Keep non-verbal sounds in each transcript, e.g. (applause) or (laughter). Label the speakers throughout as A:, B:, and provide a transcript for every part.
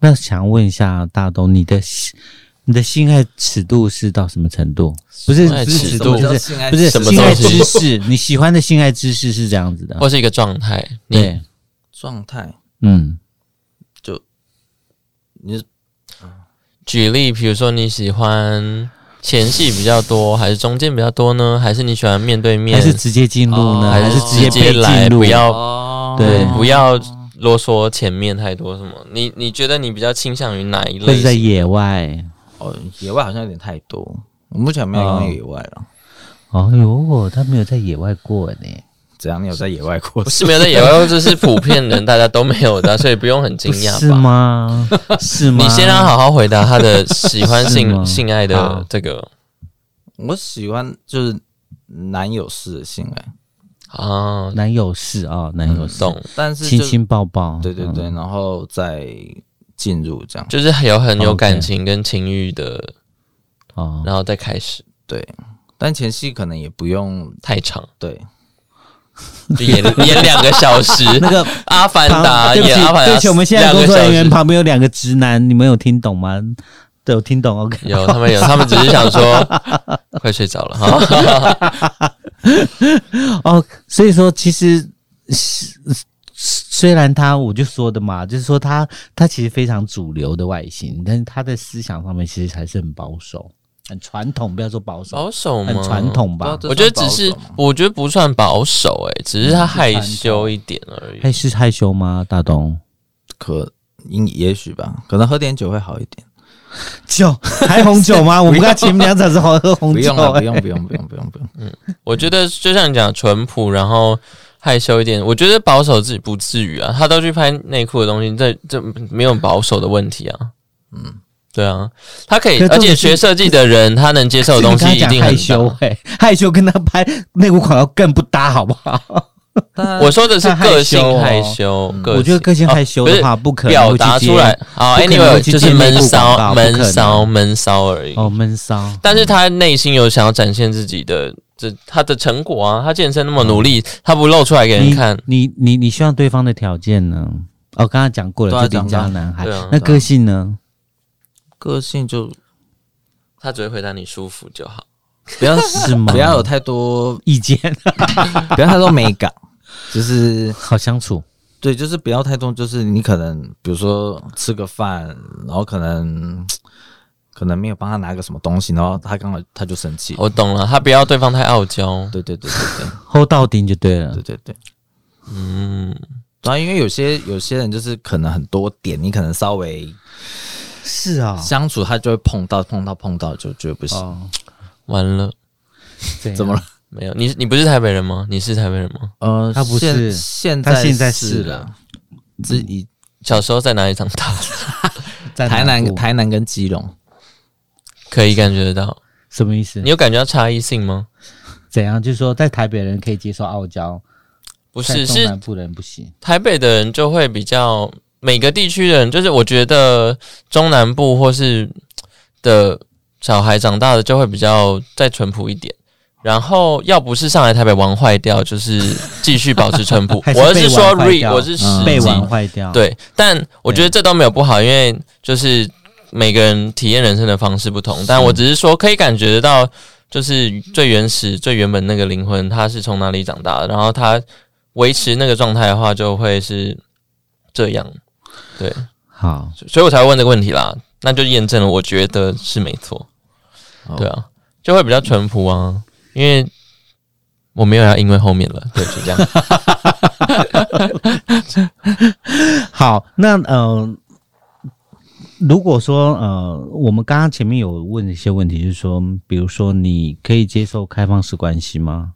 A: 那想问一下大东，你的你的性爱尺度是到什么程度？不是
B: 性爱
A: 不是
B: 尺
A: 尺
B: 度
A: 度，
B: 什
A: 不是
B: 么
C: 性爱
A: 不是
B: 什么
A: 性爱
B: 东西
A: 知识，你喜欢的性爱知识是这样子的。
B: 或是一个状态，你
A: 对，
C: 状态，
A: 嗯，
C: 你是
B: 举例，比如说你喜欢前戏比较多，还是中间比较多呢？还是你喜欢面对面？
A: 还是直接进入
C: 哦
A: 呢？
B: 还
A: 还
B: 是
A: 是
B: 直
A: 直
B: 接
A: 接被
B: 来，
A: 进入？
B: 不要
C: 哦
A: 对
B: 不要啰嗦前面太多什么？你你觉得你比较倾向于哪一
A: 会
B: 类
A: 是在
B: 型？
A: 野外。
C: 哦，野外好像有点太多，我目前没有用野外了。
A: 哦呦，他没有在野外过呢。
C: 怎样？你有在野外过？
B: 不是没有在野外，这是普遍人大家都没
A: (laughs)
B: 有的，啊所以不用很惊
A: 不
B: 讶吧？
A: 是
B: (laughs)
A: 吗？是吗？
B: 你先让他好好回答他的喜欢
A: (laughs) 是
B: 性
A: 吗
B: 性爱的
C: 好
B: 这个
C: (laughs) 我喜欢就是男友式的性爱，
B: 啊，
A: 男友是啊，男友是，
B: 懂，
C: 但是
A: 亲
C: 就
A: 亲抱抱，
C: 对对对，
A: 嗯，
C: 然后再进入这样。
B: 就是有很有
A: OK
B: 感情跟情欲的，
A: 哦，
B: 然后再开始
C: 对，但前戏可能也不用
B: 太长，
C: 对，
B: 就演 (laughs) 演两个小
A: (laughs)
B: 时。
A: 那个
B: 阿凡
A: 旁
B: 达
A: 对不
B: 演
A: 起
B: 阿凡达，
A: 对不起，我们现在
B: 两个
A: 工作人
B: 小
A: 员
B: 时
A: 旁边有两个直男，你们有听懂吗？对，有听懂，OK。
B: 有他们有，他们只是
A: (laughs)
B: 想说快睡着了哈。
A: 哦，所以说其实是虽然他，我就说的嘛，就是说他他其实非常主流的外形，但是他在思想上面其实还是很保守、很传统，不要说保守，
B: 保守吗？
A: 很传。
B: (laughs)
A: 统吧
C: 不。知道
B: 我觉得只是
C: 这算保守吗，
B: 我觉得不算保守、欸，只
A: 嗯
B: 是他害
A: 传统
B: 羞一点而已。
A: 还是害羞吗，大东？
C: 可应也许吧，可能喝点酒会好一点。
A: 酒还红酒
B: (laughs)
A: 吗？我们刚才前面两场是好喝红
C: 不
A: 酒、
C: 用了，不
A: 欸，
C: 用不用不用不 (laughs) 用不用。
B: 我觉得就像你讲淳朴，然后害羞一点，我觉得保守自己不至于啊。他都去拍内裤的东西，这这没有保守的问题啊。嗯，对啊，他可以，
A: 可是
B: 而且
A: 重点是
B: 学设计的人，他能接受的东西
A: 你
B: 一
A: 刚才
B: 定
A: 讲害
B: 很
A: 羞
B: 大。
A: 哎、害羞跟他拍内裤广告更不搭，好不好？
C: 但
B: 我说的是
A: 他害羞
B: 个性
A: 哦
B: 害羞，个
A: 我觉得个性
B: 哦
A: 害羞
B: 不
A: 的
B: 是
A: 话，不可能
B: 表
A: 会去
B: 达
A: 接
B: 出来。好
A: 不可能
B: ，anyway，
A: 会去
B: 就是
A: 接内
B: 闷
A: 裤广
B: 骚、
A: 告不可
B: 闷
A: 能
B: 骚、闷骚而已。
A: 哦，闷骚。
B: 但是他内心有想要展现自己的这他的成果啊，他健身那么努力，他不露出来给
A: 嗯
B: 人
A: 你
B: 看，
A: 你你你希望对方的条件呢？哦，刚刚讲过
C: 对
A: 了，
C: 啊
A: 就邻家男孩
B: 对啊。
A: 那个性呢？
C: 个性就
B: 他只会回答你舒服就好。
C: 不要
A: 是吗
C: 不要有太多，
A: 意
B: (laughs)
A: 见
C: (laughs) 不要太多美感，就是
A: 好相处，
C: 对，就是不要太多，就是你可能比如说吃个饭，然后可能可能没有帮他拿个什么东西，然后他刚好他就生气。
B: 我懂了，他不要对方太傲娇。
C: 对对对对
A: 后到顶就对了
C: 对对。对对。
B: 嗯，
C: 然后因为有些有些人就是可能很多点，你可能稍微
A: 是啊
C: 相处他就会碰到碰到碰到就觉得不行。
A: 哦，
B: 完了，
A: 对啊
C: 怎么了？
B: 没有你，你不是台北人吗？你是台北人吗？
C: 呃，
A: 哦他不
C: 现
A: 是
C: 现
A: 他
C: 在
A: 现在
C: 是
A: 是
C: 了，自以
B: 小时候在哪里长大的？ (laughs)
A: 在
C: 台
A: 哪
C: 南
A: 部
C: 台南跟基隆，
B: 可以感觉得到。
A: 什么意思
B: 你？有感觉到差异性吗？
A: 怎样？就是说，在台北人可以接受傲娇，
B: 不
A: 不
B: 是，
A: 中
B: 是
A: 南部人不行。
B: 台北的人就会比较每个地区的人，就是我觉得中南部或是的小孩长大的就会比较再淳朴一点。然后要不是上来台北玩坏掉，就是继续保持淳朴
A: (laughs) 还。是
B: 我
A: 被
B: 是
A: 玩
B: 说
A: 坏
B: re，
A: 掉
B: 我是实
C: 嗯
B: 际
A: 被玩坏掉，，
B: 啊对，但我觉得这都没有不好，因为就是每个人体验人生的方式不同。但我只是说，可以感觉得到，就是最原始、最原本那个灵魂，它是从哪里长大的，然后它维持那个状态的话，就会是这样。对，
A: 好，
B: 所所以我才会问这个问题啦。那就验证了，我觉得是没错。
C: 哦
B: 对啊，就会比较淳朴啊，因为我没有要因为后面了，对，就这样。
A: (laughs) 好，那呃，如果说呃，我们刚刚前面有问一些问题，就是说，比如说，你可以接受开放式关系吗？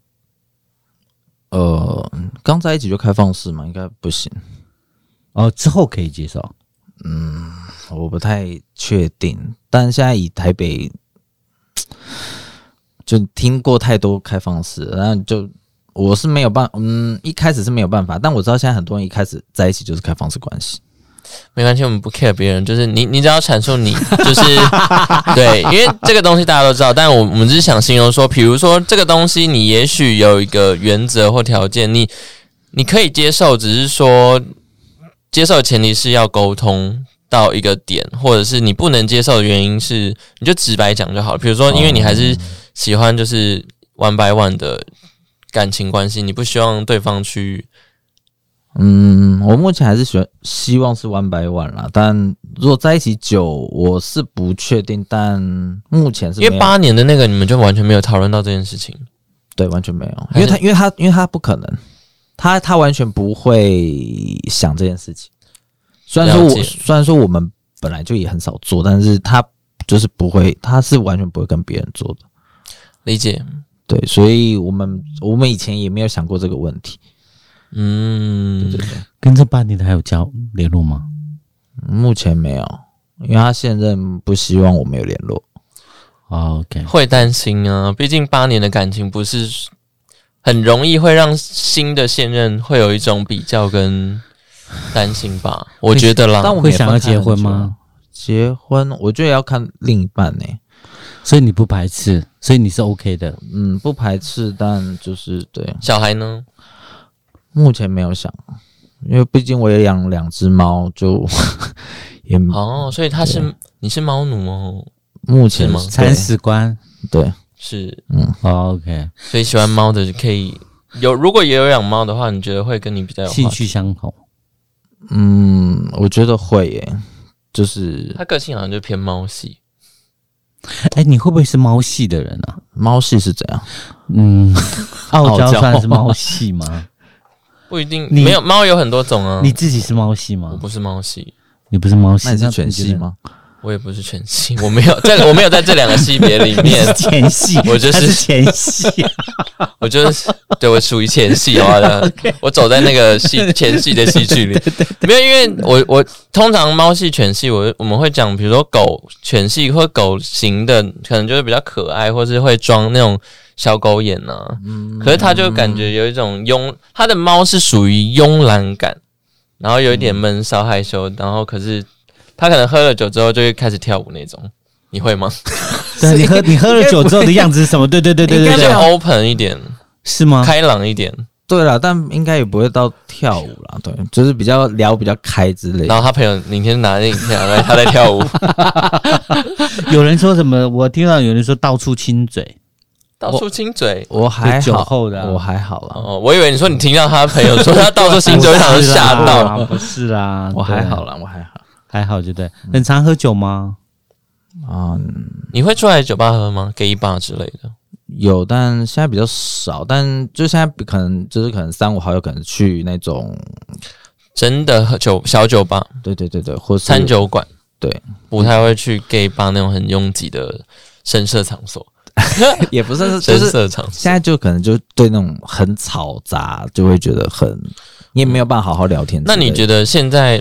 C: 呃，刚在一起就开放式嘛，应该不行。
A: 哦，之后可以接受。
C: 我不太确定，但现在以台北，就听过太多开放式，然后就我是没有办，嗯，一开始是没有办法，但我知道现在很多人一开始在一起就是开放式关系，
B: 没关系，我们不 care 别人，就是你，你只要阐述你，就是对，因为这个东西大家都知道，但我我们只是想形容说，比如说这个东西，你也许有一个原则或条件，你你可以接受，只是说接受的前提是要沟通到一个点，或者是你不能接受的原因是，你就直白讲就好了。比如说，因为你还是喜欢就是 one by one 的感情关系，你不希望对方去
C: 嗯，我目前还是喜欢，希望是 one by one 啦。但如果在一起久，我是不确定。但目前是
B: 因
C: 没
B: 为
C: 有
B: 八年的那个，你们就完全没有讨论到这件事情。
C: 对完全没有，
B: 还
C: 因
B: 是
C: 为他因为他因为他不可能，他他完全不会想这件事情。虽然说
B: 了
C: 我
B: 解
C: 虽然说我们本来就也很少做，但是他就是不会，他是完全不会跟别人做的。
B: 理解，
C: 对，所以我们我们以前也没有想过这个问题。对
B: 嗯
C: 对，对，
A: 跟这八年的还有交联络吗？
C: 目前没有，因为他现任不希望我们有联络。
A: 哦 OK，
B: 会担心啊，毕竟八年的感情不是很容易会让新的现任会有一种比较跟担心吧，我觉得啦。
C: 但我们
A: 啊会
C: 也
A: 想要
C: 分开
A: 结
C: 很
A: 婚
C: 久
A: 吗
C: 了？结婚，我觉得要看另一半呢、
A: 所以你不排斥，所以你是 OK 的。
C: 嗯，不排斥，但就是对，
B: 小孩呢？
C: 目前没有想，啊因为毕竟我也养两只猫，就 (laughs) 也
A: 嗯
B: 哦，所以他
A: 啊
B: 是你是猫奴哦，
C: 目前
B: 是吗
A: 铲屎官、
C: 对对，嗯
B: 是，
A: 哦、，OK，
B: 所以喜欢猫的可以有，如果也有养猫的话，你觉得会跟你比较有
A: 兴
B: 话
A: 趣相同。
C: 嗯，我觉得会耶、就是
B: 他个性好像就偏猫系，
A: 哎、你会不会是猫系的人啊？
C: 猫系是怎样？
B: (laughs)
A: 嗯，傲娇
C: 傲娇
A: 算是
C: (laughs)
A: 猫系吗？
B: 不一定
A: 你
B: 没有猫有很多种啊。
A: 你自己是猫系
B: 我
A: 吗？
B: 不是猫系，
A: 你不是猫系，
C: 那你是
A: 你
C: 犬
A: 觉
C: 系
A: 得？
C: 吗？
B: 我也不是全系，我没有在，我没有在这两个系别里
A: 你
B: 面
A: 是。 (laughs) 前系，
B: (laughs) 我就是
A: 他是前系、
B: 我就是对我属于前戏
A: (laughs)
B: 好的，我走在那个戏前戏的戏剧里，没有，因为我我通常猫系犬系，我我们会讲，比如说狗犬系或狗型的，可能就是比较可爱，或是会装那种小狗眼啊。
A: 嗯
B: 可是它就感觉有一种慵，它的猫是属于慵懒感，然后有一
A: 嗯
B: 点闷骚害羞，然后可是它可能喝了酒之后就会开始跳舞那种，你会吗？
A: 对啊你喝你喝了酒之后的样子是什 (laughs) 么？对对对对
C: 应
A: 对嗯
C: 该
B: 有
C: 没
A: 对，
C: 有
B: 点 open 一点，
A: 是吗？
B: 开朗一点。
C: 对啦，但应该也不会到跳舞啦，对，就是比较聊比较开之类
B: 然
C: 的。
B: 后他朋友明天拿着影片 (laughs) 来，他在跳
C: (laughs)
B: 舞，
A: 有人说什么？我听到有人说到处亲嘴，
B: 到处亲嘴。
C: 我还
A: 酒
C: 好，
A: 后的啊
C: 我还好啦。
B: 哦，我以为你说你听到他朋友说他到处亲嘴，我想说吓
C: 哦
B: 到。
A: 不是 (laughs) 啦，
C: 我还好
A: 了，
C: 啦，我还好。
A: 还好就对。很常喝酒吗？
C: 嗯，
B: 你会出来酒吧喝吗？gay bar 之类的？
C: 有，但现在比较少。但就现在比可能就是可能三五好友可能去那种，
B: 真的喝酒小酒吧、
C: 对对对对，或是
B: 餐，酒馆，
C: 对，
B: 不太会去 gay bar 那种很拥挤的声色场所。
C: (laughs) 也不是就
B: 声
C: 是
B: 色场所，
C: 现在就可能就对那种很嘈杂，就会觉得很你也没有办法好好聊天之类
B: 那
C: 的。
B: 你觉得现在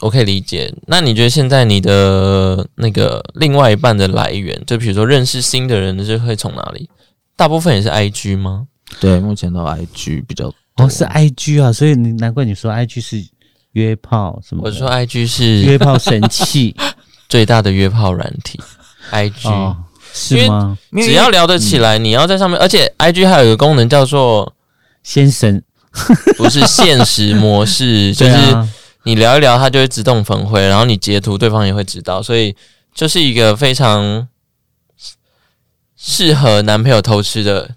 B: 我可以理解？那你觉得现在你的那个另外一半的来源，就比如说认识新的人，是会从哪里？大部分也是 IG 吗？
C: 对目前都 IG 比较
A: 哦，是 I G 啊，所以你难怪你说 I G 是约炮什
C: 嗯
A: 么的？
B: 我说 IG 是
A: 约炮神
B: (laughs)
A: 器
B: 最大的约炮软
A: (laughs)
B: 体，IG，、
A: 哦，嗯是吗？
C: 因为
B: 只要聊得起来，你要在上面，而且 IG 还有一个功能叫做
A: 先生，
B: 不是现实
A: (laughs)
B: 模式，就
A: 对
B: 是
A: 啊，
B: 你聊一聊，它就会自动粉回，然后你截图，对方也会知道，所以就是一个非常适合男朋友偷吃的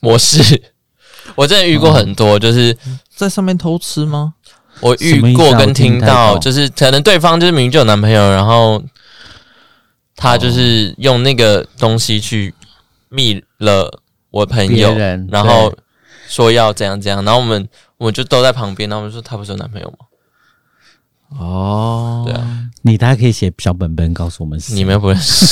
B: 模式。 (laughs) 我真的遇过很多，就是
C: 在上面偷吃吗？
B: 我遇过跟
A: 啊
B: 听到，就是可能对方就是明明就有男朋友，然后他就是用那个东西去密了我朋
A: 别
B: 友，
A: 人
B: 然后说要怎样怎样，然后我们我们就都在旁边，然后我们说他不是有男朋友吗？
C: 哦，
B: 对啊，
A: 你大家可以写小本本告诉我们是谁，
B: 你们又不认识。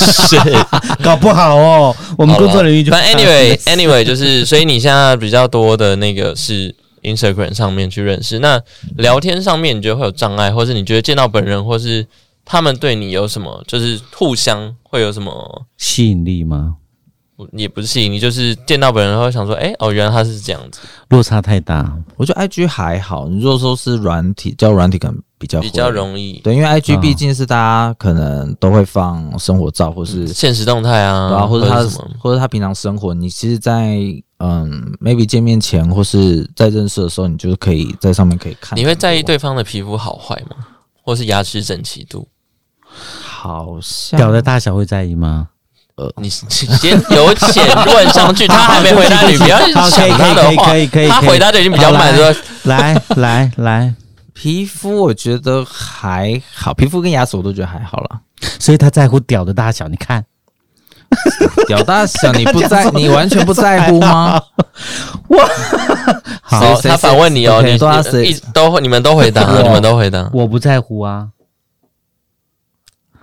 A: 搞不好哦，我
B: 我
A: 们工作人员就
B: 但 anyway anyway 就是，所以你现在比较多的那个是 Instagram 上面去认识。那聊天上面你觉得会有障碍，或是你觉得见到本人，或是他们对你有什么，就是互相会有什么，
A: 吸引力吗？
B: 也不是吸引力，就是见到本人会想说，哎、哦，原来他是这样子，
A: 落差太大，
C: 我觉得 IG 还好。你如果说是软体，叫软体可能比较
B: 比较
C: 会
B: 容易
C: 对，因为 IG
A: 嗯
C: 毕竟是大家可能都会放生活照，或是、
B: 现实动态啊，
C: 对啊，或
B: 者
C: 者他
B: 什么。
C: 或者他平常生活，你其实在，嗯，maybe 见面前或是在认识的时候，你就可以在上面可以看。
B: 你会在意对方的皮肤好坏吗？或是牙齿整齐度？
C: 好像
A: 屌的大小会在意吗？
B: 你先由浅问上去，他还没回答你，不要
A: (laughs) 好可
B: 想
A: 以
B: 他的话
A: 可以可以可以可以，
B: 他回答的已经比较慢
A: 好
B: 了。
A: 来 (laughs) 来来，
C: 皮肤我觉得还好，皮肤跟牙齿我都觉得还好
A: (laughs)
C: 啦。
A: 所以他在乎屌的大小，你看
C: 屌大小你不
A: 刚刚
C: 在，
A: 讲说
C: 你完全不在乎
A: (laughs)
C: 吗？
A: 好
B: 好，
C: 谁
B: 他反问你哦，
C: 谁
B: 你
C: 谁对啊
B: 你
C: 谁
B: 一都会，你们
A: (laughs)
B: 都回答
A: 我，
B: 你们都回答。
A: 我不在乎啊，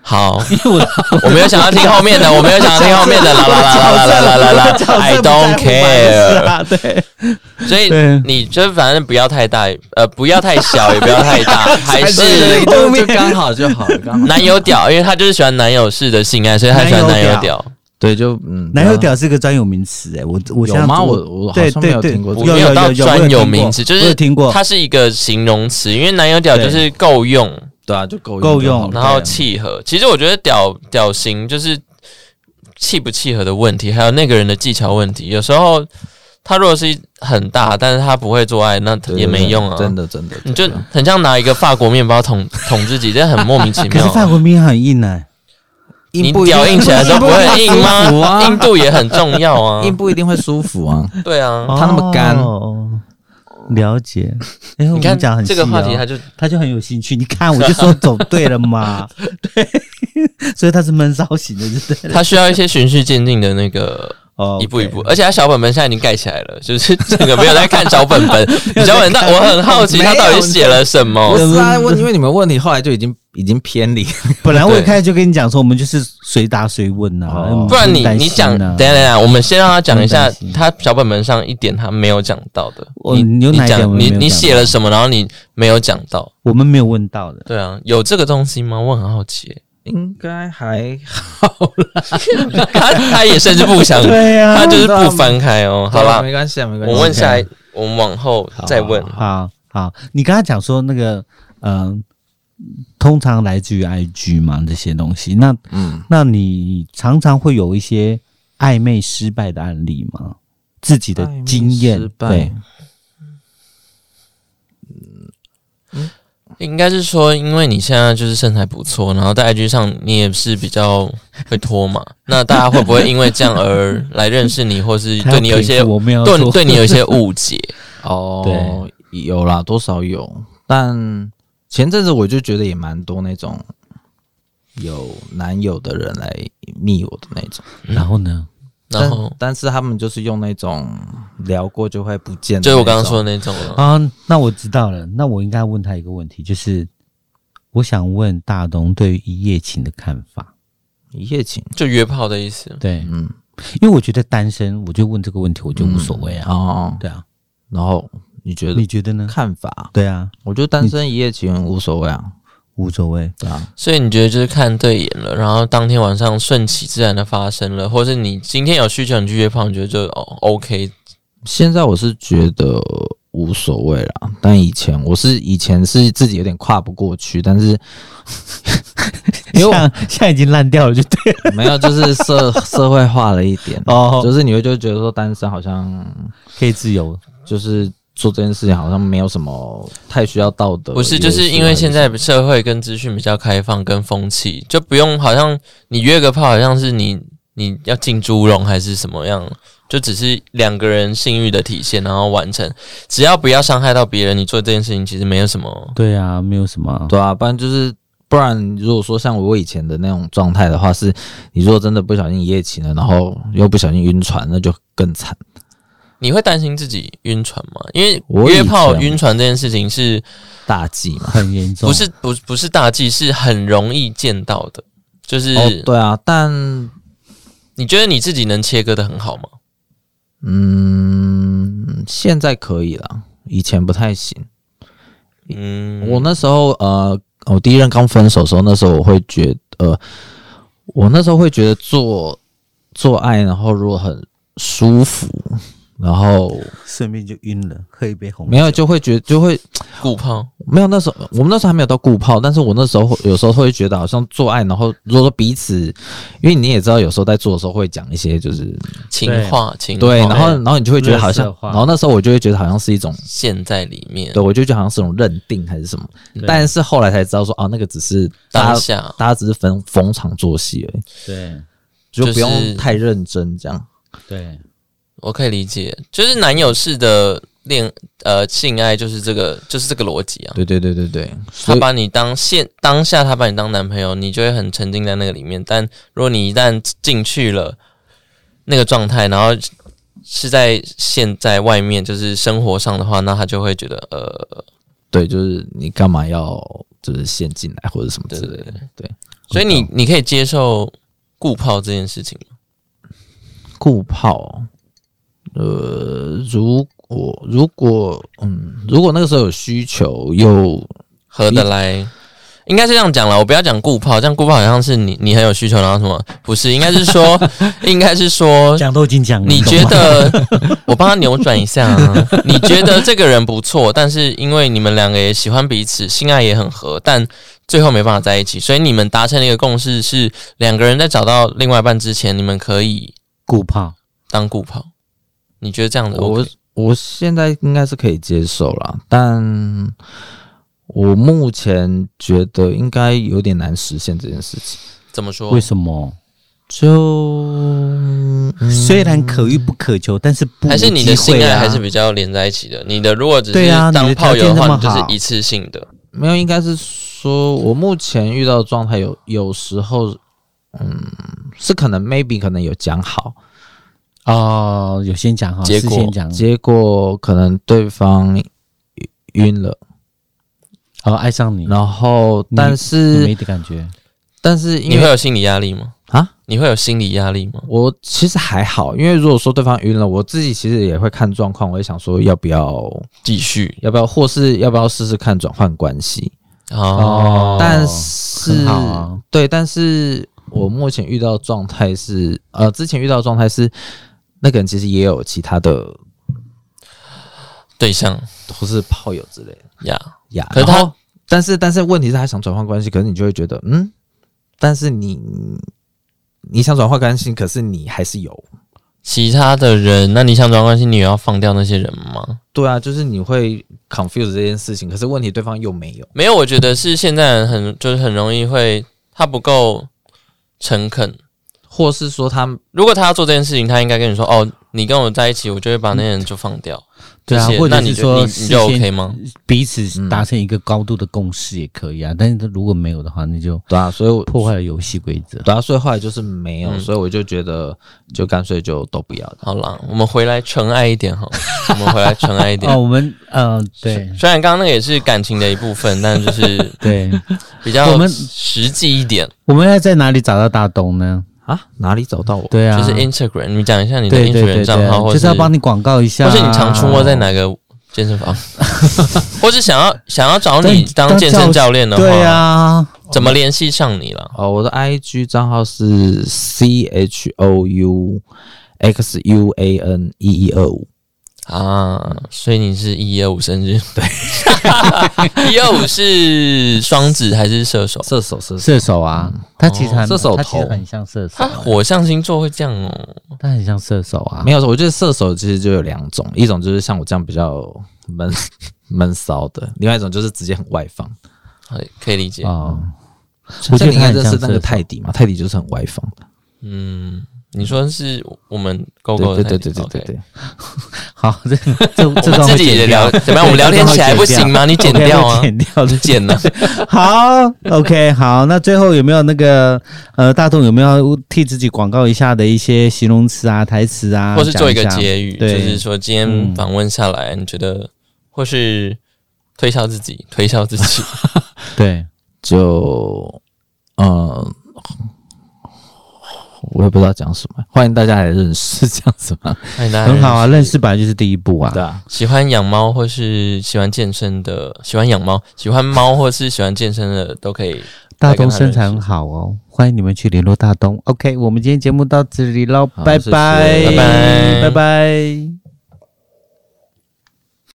B: 好，
A: 因为我
B: 我没有想要听后面的，我没有想要听后面的，啦啦啦啦啦啦啦
A: (laughs)
B: 啦啦，I don't
A: care，
B: care。
A: 对， (laughs)
B: 所以
A: 啊对
B: 你就反正不要太大，呃，不要太小，也不要太
A: (laughs)
B: 大，还是
C: 就就刚好就好了，刚好。
B: 男友屌，因为他就是喜欢男友式的性爱，所以他喜欢男
A: 男友
B: 友
A: 屌
B: 屌。
C: 对，就嗯，
A: 男友屌是个专有名词哎，我我现在
C: 有吗
A: 读
C: 我我好
A: 对
C: 像没有
A: 对对
C: 听过这
B: 我
C: 个
A: 有
B: 没
A: 有
B: 到
A: 有
B: 专有
A: 有
B: 名词，就
A: 我有
B: 是
A: 听过，
B: 它是一个形容词，因为男友屌就是够用，
C: 对啊，就够
A: 够
C: 就好
A: 用
C: 了
B: 然后契合。其实我觉得屌屌型就是契不契合的问题，还有那个人的技巧问题。有时候他如果是很大，但是他不会做爱，那
C: 对
B: 也没用啊。
C: 真的真的，
B: 你就
C: 真的
B: 很像拿一个法国面包捅捅自己，这很莫名其
A: 可
B: 妙
A: 是
B: 啊、
A: 法国面很硬呢，
B: 你
C: 硬
A: 啊
C: 不一定
B: 屌硬起来的时候不会很硬
C: 硬不
B: 吗？
C: 啊
B: 硬度也很重要啊。
C: 硬不一定会舒服啊。
B: 对啊，
C: 他那么干
A: 哦，了解。哎，我
B: 你
A: 们
B: 看
A: 讲很
B: 这个
A: 细
B: 话
A: 哦
B: 题，他就
A: 他就很有兴趣。你看，我就说走对了嘛，对， (laughs) 所以他是闷骚型的，对不对？
B: 他需要一些循序渐进的那个
A: 哦
B: 一步一步，而且他小本本现在已经盖起来了，就是整个没有在看小
A: (laughs)
B: 本本。你小本本，我很好奇他到底写了什
C: (laughs) 不
B: 么。
C: 是啊，问因为你们问题后来就已经已经偏离，
A: 本来我一开始就跟你讲说，我们就是随答随问呐、
C: 哦
A: 哎我们
B: 不然你
A: 用担
B: 你
A: 心啊
B: 讲，
A: 呐
B: 等一下等一下，我们先让他讲一下
A: 不用担心
B: 他小本本上一点他没有讲到的。
A: 我
B: 你
A: 你有哪一点我
B: 讲
A: 们没
B: 你
A: 有
B: 你
A: 讲
B: 写
A: 到
B: 了什么，然后你没有讲到？
A: 我们没有问到的，
B: 对啊，有这个东西吗？我很好奇。
C: (laughs)
A: (laughs)
C: 应该还
B: 他他也甚至不想，
A: 对啊呀、
B: 他就是不翻开哦。好啦，
C: 没关系啊，没关系。
B: 我问下一，我们往后再问。
A: 好啊好，你刚才讲说那个，嗯、通常来自于 IG 嘛这些东西，那
C: 嗯，
A: 那你常常会有一些暧昧失败的案例吗？自己的经
C: 失
A: 验，
C: 败
A: 对，
B: 应该是说，因为你现在就是身材不错，然后在 IG 上你也是比较会
A: (laughs)
B: 脱嘛，那大家会不会因为这样而来认识你，或是对你有一些
A: 他要平复我没有
B: 对你
A: 说
B: 对你有一些误
A: (laughs)
B: 解？
C: 哦，有啦，多少有，但前阵子我就觉得也蛮多那种有男友的人来密我的那种，
A: 然后呢？
B: 然后
C: 但但是他们就是用那种聊过就会不见的那种，
B: 就是我刚刚说的那种了，
A: 啊，那我知道了。那我应该问他一个问题，就是我想问大东对于一夜情的看法。
C: 一夜情，
B: 就约炮的意思。
A: 对，
C: 嗯，
A: 因为我觉得单身，我就问这个问题，我就无所谓啊。
B: 嗯
C: 哦，
A: 对啊，
C: 然后你觉得
A: 你觉得呢？
C: 看法？
A: 对啊，
C: 我觉得单身一夜情无所谓啊，
A: 无所谓。
C: 对啊，
B: 所以你觉得就是看对眼了，然后当天晚上顺其自然的发生了，或是你今天有需求你去约炮，你觉得就哦 OK
C: 现在我是觉得无所谓啦，但以前我是以前是自己有点跨不过去，
A: (laughs)
C: 但是因为我
A: 像现在已经烂掉了，就对了。
C: 没有就是社社会化了一点，
A: 哦，
C: 就是你会就觉得说单身好像
A: 可以自由。
C: 就是做这件事情好像没有什么太需要道德约束
B: 不
C: 还什
B: 是，
C: 么，
B: 就是因为现在社会跟资讯比较开放，跟风气就不用，好像你约个炮，好像是你你要进猪笼还是什么样，就只是两个人性欲的体现，然后完成，只要不要伤害到别人，你做这件事情其实没有什么。
A: 对啊，没有什么啊。
C: 对啊，不然就是。不然，如果说像我以前的那种状态的话，是你如果真的不小心一夜情了，然后又不小心晕船，那就更惨。
B: 你会担心自己晕船吗？因为
C: 我以
B: 约炮
C: 前
B: 晕船这件事情是
C: 大忌嘛。
A: 很严重。
B: 不是不不是大忌，是很容易见到的。就是、
C: 哦，对啊，但
B: 你觉得你自己能切割的很好吗？
C: 嗯，现在可以了，以前不太行。
B: 嗯，
C: 我那时候呃，我第一任刚分手的时候，那时候我会觉得，呃我那时候会觉得做做爱，然后如果很舒服，然后
A: 顺便就晕了，喝一杯红酒。
C: 没有就会觉就会
B: 顾胖，
C: 没有那时候我们那时候还没有到顾泡，但是我那时候会有时候会觉得好像做爱，然后如果说彼此，因为你也知道有时候在做的时候会讲一些就是
B: 情话情话哎
C: 对，然后然后你就会觉得好像
A: 垃圾，话
C: 然后那时候我就会觉得好像是一种
B: 陷在里面
C: 对，我就觉得好像是一种认定还是什么，
A: 对
C: 但是后来才知道说哦，那个只是大
B: 当
C: 家
B: 下，
C: 大家只是逢逢场作戏而已，
A: 对
C: 就
B: 就是
C: 不用太认真这样。
A: 对，
B: 我可以理解，就是男友式的恋呃性爱就是这个就是这个逻辑啊。
C: 对对对对对，
B: 他
C: 所以
B: 把你当现当下，他把你当男朋友，你就会很沉浸在那个里面。但如果你一旦进去了那个状态，然后是在现在外面就是生活上的话，那他就会觉得呃，
C: 对，就是你干嘛要就是陷进来或者什么之类
B: 对
C: 的，对，
B: 所以你你可以接受顾泡这件事情吗？
C: 顾泡，呃，如果如果嗯，如果那个时候有需求又
B: 合得来。应该是这样讲了，我不要讲顾泡，这样顾泡好像是你你很有需求，然后什么不是？应该是说，应该是说，
A: 讲都已经讲了，
B: 你
A: 懂
B: 觉
A: 吗
B: 得我帮他扭转一下、啊？你觉得这个人不错，但是因为你们两个也喜欢彼此，性爱也很合，但最后没办法在一起，所以你们达成了一个共识是，两个人在找到另外一半之前，你们可以
A: 顾胖？
B: 当顾跑。你觉得这样子、
C: 我
B: OK？
C: 我现在应该是可以接受啦，但我目前觉得应该有点难实现这件事情。
B: 怎么说
A: 为？什么？
C: 就、嗯
A: 虽然可遇不可求，但是不无
B: 还是你
A: 机
B: 的
A: 会
B: 性爱
A: 啊
B: 还是比较连在一起的？你的如果只
A: 对
B: 是
A: 啊你
B: 当
A: 的
B: 炮
A: 条件
B: 友的
A: 那
B: 话，
A: 么
B: 你就是
A: 好
B: 一次性的。
C: 没有，应该是说我目前遇到的状态有有时候，嗯，是可能 maybe 可能有讲好，
A: 哦，有先讲哈，
B: 结果
A: 事先讲
C: 结果可能对方晕了，
A: 哦，爱上你，
C: 然后
A: 你
C: 但
A: 你
C: 是
A: 没的感觉，
C: 但是因
B: 你会
C: 为
B: 有心理压力吗？
C: 啊，
B: 你会有心理压力吗？
C: 我其实还好，因为如果说对方晕了，我自己其实也会看状况，我也想说要不要
B: 继续
C: 要不要，或是要不要试试看转换关系。
B: 哦，
C: 但是、
A: 很好啊
C: 对，但是我目前遇到的状态是，呃，之前遇到的状态是，那个人其实也有其他的，
B: 对象
C: 或是炮友之类的
B: 呀
C: 呀。
B: 可是他
C: 然后，但是但是问题是，他想转换关系，可是你就会觉得，嗯，但是你你想转换关系，可是你还是有，
B: 其他的人，那你想转换关系，你也要放掉那些人吗？
C: 对啊，就是你会 confuse 这件事情，可是问题对方又没有。
B: 没有，我觉得是现在人很就是很容易会他不够诚恳。
C: 或是说他
B: 如果他要做这件事情，他应该跟你说：“哦，你跟我在一起，我就会把那些人就放掉。这
A: 对啊
B: 些，
A: 或
B: 那
A: 者
B: 你
A: 是
B: 就
A: 说
B: 你你就
A: 事先
B: OK 吗？
A: 彼
B: 嗯
A: 此达成一个高度的共识也可以啊，但是如果没有的话，那就
C: 对啊，所以我
A: 破坏了游戏规则。
C: 对啊，所以后来就是没有，
B: 嗯
C: 所以我就觉得就干脆就都不要这
B: 好
C: 样。
B: 啦，我们回来纯爱一点好
A: (laughs)
B: 了，我们回来纯爱一点。
A: 哦，我们呃，对
B: 虽然刚刚那个也是感情的一部分，但就是
A: 对， (laughs)
B: 比较
A: 我们
B: 实际一点，
A: 我们要在哪里找到大东呢？
C: 啊，哪里找到我？
A: 对啊，
B: 就是 Instagram，你讲一下你的
A: 对对对
B: Instagram
A: 对，
B: 账号，或
A: 就是要帮你哦广告一下啊，
B: 或是你常出没在哪个健身房， (laughs) 或是想要想要找你当健身教练的话，嗯
A: 对啊，
B: 怎么联系上你了？
C: 哦，我的 IG 账号是 C H O U X U A N 一一二五。
B: 啊，所以你是一二五生日，对， (laughs) 一二五是双子还是射手？
C: 射手，射手，
A: 射手啊，
B: 嗯
A: 他其实
B: 哦
A: 很
C: 射手
A: 他其实
C: 头
A: 很像射手
B: 他，火象星座会这样哦，
A: 他很像射手啊
C: 没。有，我觉得射手其实就有两种，一种就是像我这样比较闷 (laughs) 闷骚的，另外一种就是直接很外放。
B: 可以可以理解。
A: 哦，
C: 像
A: 觉得
C: 你应该
A: 他很
C: 认识
A: 像
C: 那个
A: 射手
C: 泰迪嘛，泰迪就是很外放的。
B: 嗯，你说是我们勾勾
C: 对
B: 的
C: 对
B: 太
C: 对对对
B: ，OK
C: 对。对。
A: 好，这这
B: 我
A: 这
B: 们
A: 段
B: 自
A: 会
B: 己也
A: 剪
B: 聊
A: 掉，
B: 怎么样？我们聊天起来不行吗？你剪掉啊
A: (laughs) 会，剪掉
B: 你剪了。
A: 好，OK，好， (laughs) 那最后有没有那个呃，大众有没有替自己广告一下的一些形容词啊、台词啊，
B: 或是做一个
A: 讲下
B: 结语，就
A: 对
B: 是说今天
A: 嗯
B: 访问下来，你觉得或是推销自己，推销自
A: (laughs)
B: 己，
A: 对，
C: 就呃，我也不知道讲什么，欢迎大家来认识，这样子嘛。
B: 欢迎大家
A: 很好啊，认
B: 识
A: 识本来就是第一步啊。
C: 啊，
B: 喜欢养猫或是喜欢健身的，喜欢养猫，喜欢猫或是喜欢健身的都可以。
A: 大东身材很好哦，欢迎你们去联络大东。OK，我们今天节目到这里喽，
C: 好
A: 拜
C: 谢谢
A: 拜，
B: 拜拜
A: 拜拜。